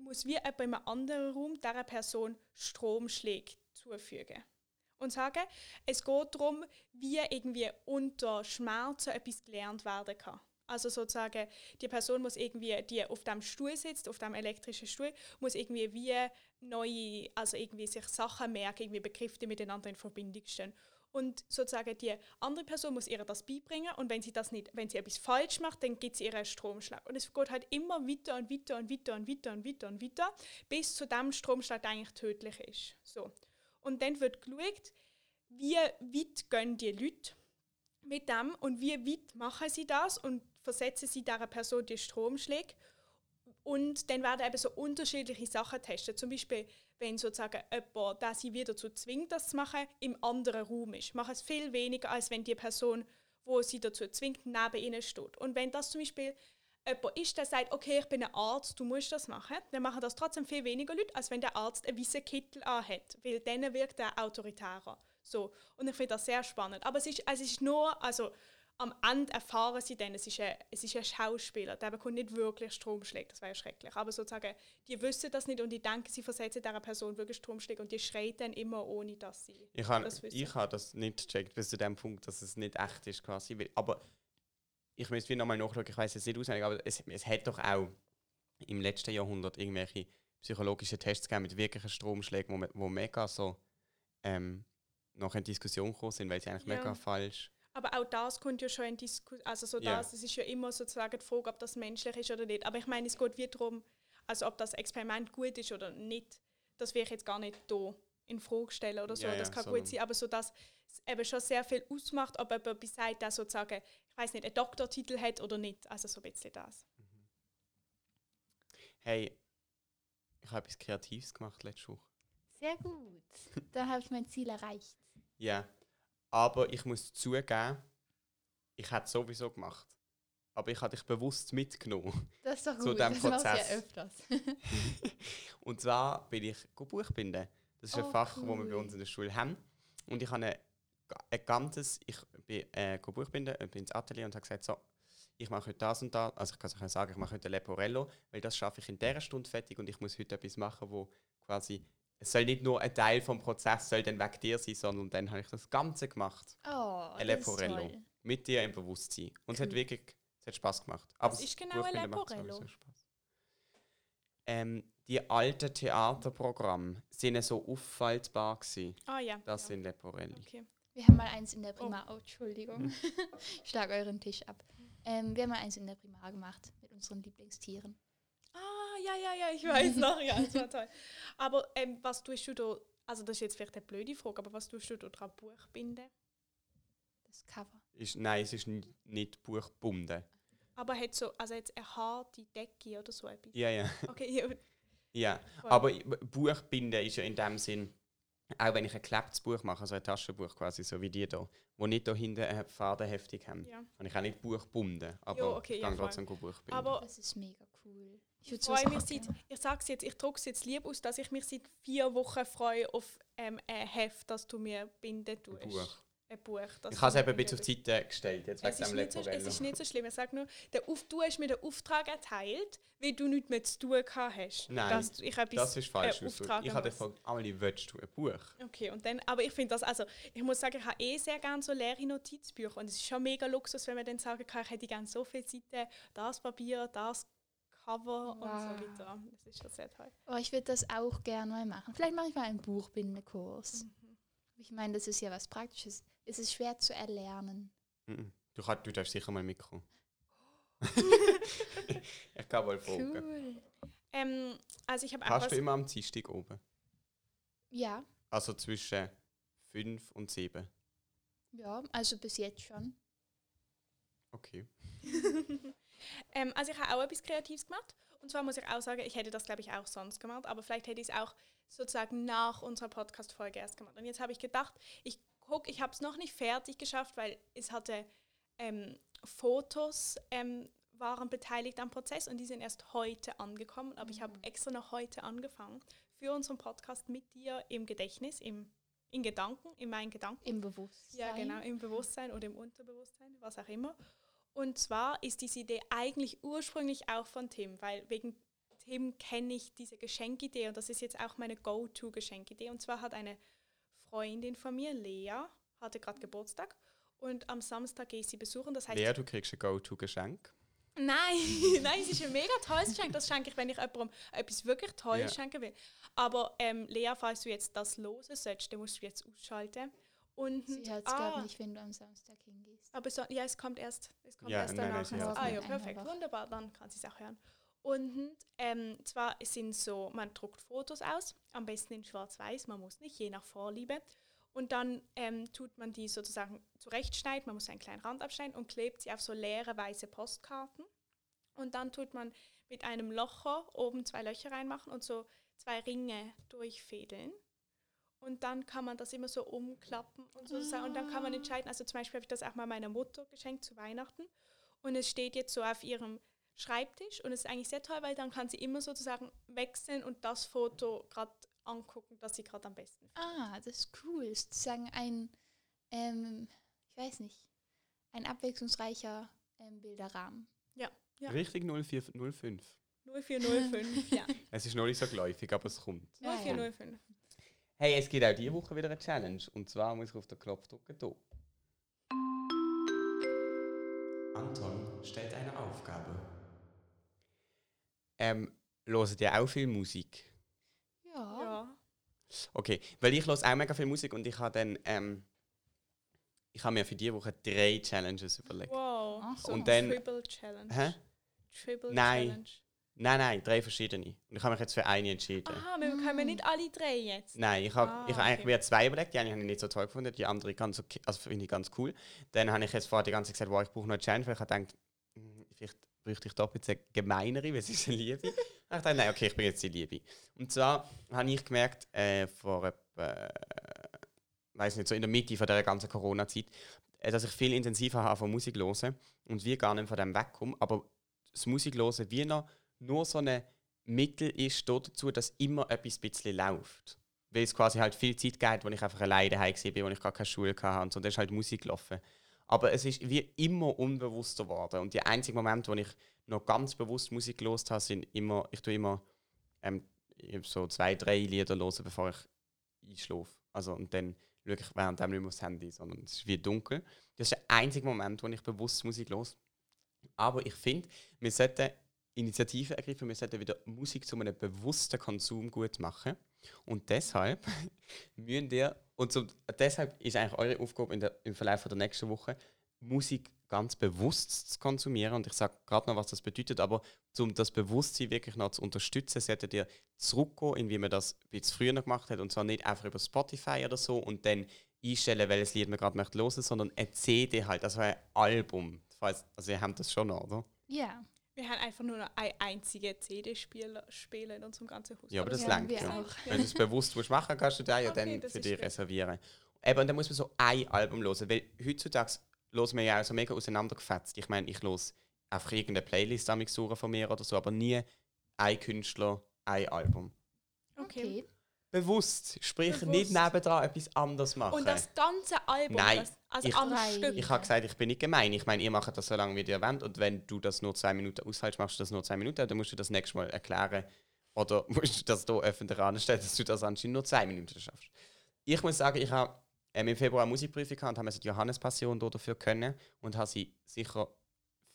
muss wie jemand in einem anderen Raum dieser Person Stromschläge zufügen. Und sagen, es geht darum, wie irgendwie unter Schmerzen etwas gelernt werden kann. Also sozusagen, die Person muss irgendwie, die auf dem Stuhl sitzt, auf dem elektrischen Stuhl, muss irgendwie wie neue, also irgendwie sich Sachen merken, irgendwie Begriffe die miteinander in Verbindung stehen. Und sozusagen die andere Person muss ihr das beibringen und wenn sie das nicht, wenn sie etwas falsch macht, dann gibt sie ihr einen Stromschlag. Und es geht halt immer weiter und weiter und weiter und weiter und weiter und weiter, bis zu dem Stromschlag, der eigentlich tödlich ist. So. Und dann wird geschaut, wie weit gehen die Leute mit dem und wie weit machen sie das und versetzen sie dieser Person die Stromschläge. Und dann werden eben so unterschiedliche Sachen getestet. Zum Beispiel, wenn sozusagen jemand, der sie wieder dazu zwingt, das zu machen, im anderen Raum ist. Machen es viel weniger, als wenn die Person, wo sie dazu zwingt, neben ihnen steht. Und wenn das zum Beispiel jemand ist, der sagt, okay, ich bin ein Arzt, du musst das machen, dann machen das trotzdem viel weniger Leute, als wenn der Arzt einen weißen Kittel anhat, weil dann wirkt er autoritärer. So. Und ich finde das sehr spannend. Aber es ist, es ist nur, also am Ende erfahren sie dann, es ist ein, es ist ein Schauspieler, der bekommt nicht wirklich Stromschläge, das wäre ja schrecklich. Aber sozusagen, die wissen das nicht und die denken, sie versetzen dieser Person wirklich Stromschläge und die schreit dann immer, ohne dass sie...
Ich habe
Das
das,
wissen.
ich habe das nicht gecheckt, bis zu dem Punkt, dass es nicht echt ist quasi. Weil, aber ich müsste wieder nochmal nachschauen, ich weiß jetzt nicht auswendig, aber es, es hat doch auch im letzten Jahrhundert irgendwelche psychologischen Tests gegeben mit wirklichen Stromschlägen, wo, me- wo mega so ähm, noch in Diskussion gekommen sind, weil sie eigentlich
Ja.
mega falsch
Aber auch das kommt ja schon in Diskussion, also so
Ja.
das, es ist ja immer sozusagen die Frage, ob das menschlich ist oder nicht. Aber ich meine, es geht wie darum, also ob das Experiment gut ist oder nicht, das will ich jetzt gar nicht da in Frage stellen oder so,
Ja, ja,
das kann
sondern-
gut sein, aber so, dass es eben schon sehr viel ausmacht, ob jemand etwas sagt, der sozusagen, ich weiß nicht, einen Doktortitel hat oder nicht, also so ein bisschen das.
Hey, ich habe etwas Kreatives gemacht letzte Woche.
Sehr gut. Da habe ich mein Ziel erreicht.
Ja. Aber ich muss zugeben, ich hätte es sowieso gemacht. Aber ich habe dich bewusst mitgenommen.
Das ist doch gut.
Zu dem
das mache ich
Prozess.
ja öfters.
Und zwar bin ich go Buchbinden. Das ist ein
Oh,
Fach, das wir
cool.
bei uns in der Schule haben. Und ich habe ein, ein ganzes, ich bin äh, go Buchbinden und bin ins Atelier und habe gesagt, so, ich mache heute das und das. Also ich kann es euch sagen, ich mache heute ein Leporello, weil das schaffe ich in dieser Stunde fertig und ich muss heute etwas machen, wo quasi, es soll nicht nur ein Teil vom Prozess soll dann weg dir sein, sondern dann habe ich das Ganze gemacht.
Oh,
Ein
das ist
Leporello.
toll.
Mit dir im Bewusstsein. Und es hat
Cool.
wirklich es hat Spass gemacht. Aber
Was
das
Hm. ist genau ein
Buchbinden macht
Leporello?
sowieso Spass. Ähm, die alten Theaterprogramme sind so auffaltbar gewesen.
Ah ja.
Das
ja.
sind Leporelli.
Okay.
Wir haben mal eins in der Prima. Oh, Entschuldigung. ich schlag euren Tisch ab. Ähm, wir haben mal eins in der Prima gemacht mit unseren Lieblingstieren.
Ah, ja, ja, ja, ich weiß noch, ja, das war toll. Aber ähm, was tust du da, also das ist jetzt vielleicht eine blöde Frage, aber was tust du da dran Buchbinden?
Das Cover.
Ist, nein, es ist n- nicht buchgebunden.
Aber hat so, also jetzt eine harte Decke oder so etwas.
Ja, ja.
Okay, ja,
ja.
voll.
Aber i- Buchbinden ist ja in dem Sinn, auch wenn ich ein geklebtes Buch mache, also ein Taschenbuch quasi, so wie die hier, wo nicht da hinten eine Fadenheftung haben.
Ja.
Und ich auch nicht buchgebunden, aber
Jo, okay,
ich
ja,
kann
voll.
trotzdem gut buchbinden.
Aber
Das ist mega cool. Ich
ich
würde so
Oh. freue mich
sagen.
seit, ich sag's jetzt, ich druck's jetzt lieb aus, dass ich mich seit vier Wochen freue auf ähm, ein Heft, das du mir binden tust.
Buch.
Ein Buch. das
ich habe es
du
eben
mir
ein bisschen auf
binden
die Seite gestellt, jetzt wegen
Es ist,
dem
nicht so, es
Leporello.
ist nicht so schlimm. Ich sage nur, der Auf, du hast mir den Auftrag erteilt, weil du nichts mehr zu tun gehabt hast.
Nein,
dass du- ich etwas,
Das ist falsch
äh,
ausgedrückt.
auftragen
Ich habe
muss.
gefragt, Amelie, willst du ein Buch?
Okay, und dann, aber ich finde das, also ich muss sagen, ich habe eh sehr gerne so leere Notizbücher und es ist schon mega Luxus, wenn man dann sagen kann, ich hätte gerne so viele Seiten, das Papier, das Cover und so
Wow.
weiter. Das ist schon sehr toll.
Oh, ich würde das auch gerne mal machen. Vielleicht mache ich mal einen Buchbindekurs.
Mhm.
Ich meine, das ist ja was Praktisches. Es ist schwer zu erlernen.
Mhm. Du, kannst, du darfst sicher mal mitkommen. ich kann mal fragen.
Cool.
Ähm, also ich habe auch
Hast
was,
du immer am Dienstag oben?
Ja,
Also zwischen 5 und 7.
ja, also bis jetzt schon.
Okay.
ähm, also ich habe auch etwas Kreatives gemacht und zwar muss ich auch sagen, ich hätte das glaube ich auch sonst gemacht, aber vielleicht hätte ich es auch sozusagen nach unserer Podcast-Folge erst gemacht. Und jetzt habe ich gedacht, ich guck, ich habe es noch nicht fertig geschafft, weil es hatte ähm, Fotos ähm, waren beteiligt am Prozess und die sind erst heute angekommen. Aber ich habe extra noch heute angefangen für unseren Podcast mit dir im Gedächtnis, im, in Gedanken, in meinen Gedanken.
Im Bewusstsein.
Ja, genau, im Bewusstsein oder im Unterbewusstsein, was auch immer. Und zwar ist diese Idee eigentlich ursprünglich auch von Tim, weil wegen Tim kenne ich diese Geschenkidee und das ist jetzt auch meine Go-To-Geschenkidee. Und zwar hat eine Freundin von mir, Lea, hatte gerade Geburtstag und am Samstag gehe ich sie besuchen. Das heißt,
Lea, du kriegst ein Go-To-Geschenk.
Nein, nein, es ist ein mega tolles Geschenk. Das schenke ich, wenn ich jemandem etwas wirklich Tolles
Ja.
schenken will. Aber ähm, Lea, falls du jetzt das losen sollst, dann musst du jetzt ausschalten. Und,
Sie hat es,
ah,
nicht, wenn du am Samstag hingehst.
aber so, ja, es kommt erst, es kommt
Ja,
erst
nein, nein,
danach.
sie hat's
ah ja,
nicht.
perfekt,
Einfach.
wunderbar, dann kann sie es auch hören. Und ähm, zwar sind so, man druckt Fotos aus, am besten in schwarz-weiß, man muss nicht, je nach Vorliebe. Und dann ähm, tut man die sozusagen zurechtschneiden, man muss einen kleinen Rand abschneiden und klebt sie auf so leere weiße Postkarten. Und dann tut man mit einem Locher oben zwei Löcher reinmachen und so zwei Ringe durchfädeln. Und dann kann man das immer so umklappen und so. sa- Und dann kann man entscheiden, also zum Beispiel habe ich das auch mal meiner Mutter geschenkt zu Weihnachten. Und es steht jetzt so auf ihrem Schreibtisch und es ist eigentlich sehr toll, weil dann kann sie immer sozusagen wechseln und das Foto gerade angucken, das sie gerade am besten findet.
Ah, das ist cool. Ist sozusagen ein, ähm, ich weiß nicht, ein abwechslungsreicher ähm, Bilderrahmen.
Ja.
Richtig 0405.
0405, ja.
Es ist noch nicht so geläufig, aber es kommt.
Ja, ja.
0405.
Hey, es gibt auch diese Woche wieder eine Challenge. Und zwar muss ich auf den Knopf drücken. Hier. Anton stellt eine Aufgabe. Ähm, hört ihr auch viel Musik?
Ja.
Ja.
Okay, weil ich höre auch mega viel Musik und ich habe dann, ähm, ich habe mir für diese Woche drei Challenges überlegt.
Wow.
Ach so.
Und dann-
Triple Challenge.
Hä?
Triple
Nein.
Challenge.
Nein, nein, drei verschiedene. Und ich habe mich jetzt für eine entschieden.
Aha, wir
Ah.
können nicht alle drei jetzt.
Nein, ich habe
Ah,
ich hab eigentlich
okay.
wieder zwei überlegt. Die eine habe ich nicht so toll gefunden, die andere ganz okay, also finde ich ganz cool. Dann habe ich jetzt vorher die ganze Zeit gesagt, wow, ich brauche noch eine Challenge, weil ich habe gedacht, hm, vielleicht bräuchte ich doch jetzt eine gemeinere, weil es ist eine Liebe. Und ich dachte, nein, okay, ich bin jetzt die Liebe. Und zwar habe ich gemerkt, äh, vor etwa, äh, weiß nicht, so in der Mitte von dieser ganzen Corona-Zeit, äh, dass ich viel intensiver habe von Musik hören und wie gar nicht von dem wegkomme. Aber das Musik hören wie noch nur so ein Mittel ist dazu, dass immer etwas ein bisschen läuft weil es quasi halt viel Zeit gab, wo ich einfach alleine daheim war, wo ich gar keine Schule hatte und so, da ist halt Musik gelaufen. Aber es ist wie immer unbewusster geworden und die einzigen Momente, wo ich noch ganz bewusst Musik gelost habe, sind immer, ich tue immer ähm, so zwei, drei Lieder hören, bevor ich einschlafe. Also und dann schaue ich währenddem nicht mehr aufs Handy, sondern es ist wie dunkel. Das ist der einzige Moment, wo ich bewusst Musik los. Aber ich finde, wir sollten Initiativen ergreifen, wir sollten wieder Musik zu einem bewussten Konsum gut machen. Und deshalb müssen ihr, und zum, deshalb ist eigentlich eure Aufgabe in der, im Verlauf von der nächsten Woche, Musik ganz bewusst zu konsumieren. Und ich sage gerade noch, was das bedeutet, aber um das Bewusstsein wirklich noch zu unterstützen, solltet ihr zurückgehen, in wie man das ein bisschen früher noch gemacht hat. Und zwar nicht einfach über Spotify oder so und dann einstellen, welches Lied man gerade möchte hören, sondern eine CD halt, also ein Album. Falls, also ihr habt das schon noch, oder?
Ja,
Wir haben einfach nur noch eine einzige CD-Spiele in unserem ganzen Haus.
Ja, aber das
Ja,
langt
wir
ja.
auch.
Wenn du es bewusst musst machen kannst du das ja
Okay,
dann
das
für
ist
dich
fair.
reservieren. Eben, und dann muss man so ein Album hören, weil heutzutage hören wir ja auch so mega auseinandergefetzt. Ich meine, ich höre einfach irgendeine Playlist am suchen von mir oder so, aber nie ein Künstler, ein Album.
okay.
okay.
Bewusst, sprich
Bewusst.
nicht nebendran etwas anderes machen.
Und das ganze Album,
Nein,
das, also
ich-
am
Nein.
Stück.
Ich habe gesagt, ich bin nicht gemein. Ich meine, ihr macht das so lange, wie ihr wollt. Und wenn du das nur zwei Minuten aushältst, machst du das nur zwei Minuten. Dann musst du das nächste Mal erklären. Oder musst du das hier öffentlich anstellen, dass du das anscheinend nur zwei Minuten schaffst. Ich muss sagen, ich habe ähm, im Februar eine Musikprüfung gehabt und habe also die Johannespassion hier dafür können und habe sie sicher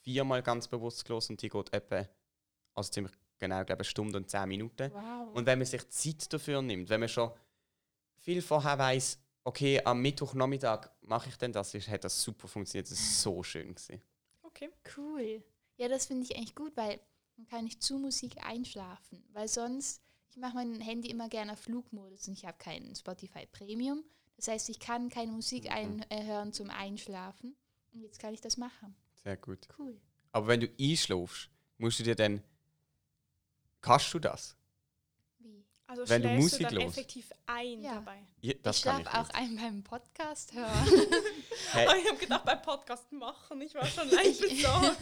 viermal ganz bewusst gelesen und die geht etwa, also ziemlich genau, glaube ich, eine Stunde und zehn Minuten.
Wow.
Und wenn man sich Zeit dafür nimmt, wenn man schon viel vorher weiß, okay, am Mittwochnachmittag mache ich denn das, ist, hat das super funktioniert, das ist so schön gewesen.
Okay.
Cool. Ja, das finde ich eigentlich gut, weil dann kann ich zu Musik einschlafen. Weil sonst, ich mache mein Handy immer gerne auf Flugmodus und ich habe keinen Spotify Premium. Das heißt, ich kann keine
Mhm.
Musik einhören äh, hören zum Einschlafen. Und jetzt kann ich das machen.
Sehr gut.
Cool.
Aber wenn du einschläfst, musst du dir dann, kannst du das?
Wie?
Also
Wenn du
schläfst
Musik
dann
hörst.
effektiv ein
Ja.
dabei.
Ja, das
ich
kann
schlafe
ich
auch
nicht.
ein beim Podcast hören.
Hey.
Oh, ich habe gedacht, beim Podcast machen, ich war schon leicht besorgt.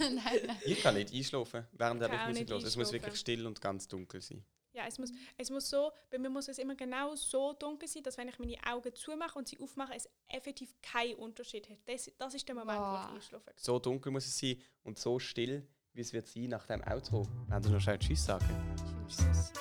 nein, nein.
Ich kann nicht einschlafen, während
kann
ich
auch
Musik
nicht
höre. Es muss
einschlafen.
wirklich still und ganz dunkel sein.
Ja, es muss, es muss so, bei mir muss es immer genau so dunkel sein, dass wenn ich meine Augen zumache und sie aufmache, es effektiv keinen Unterschied hat. Das, das ist der Moment,
Boah.
wo ich einschlafe.
So dunkel muss es sein und so still, wie es wird sein nach dem Outro. Wenn du noch schnell Tschüss sagen.
Tschüss.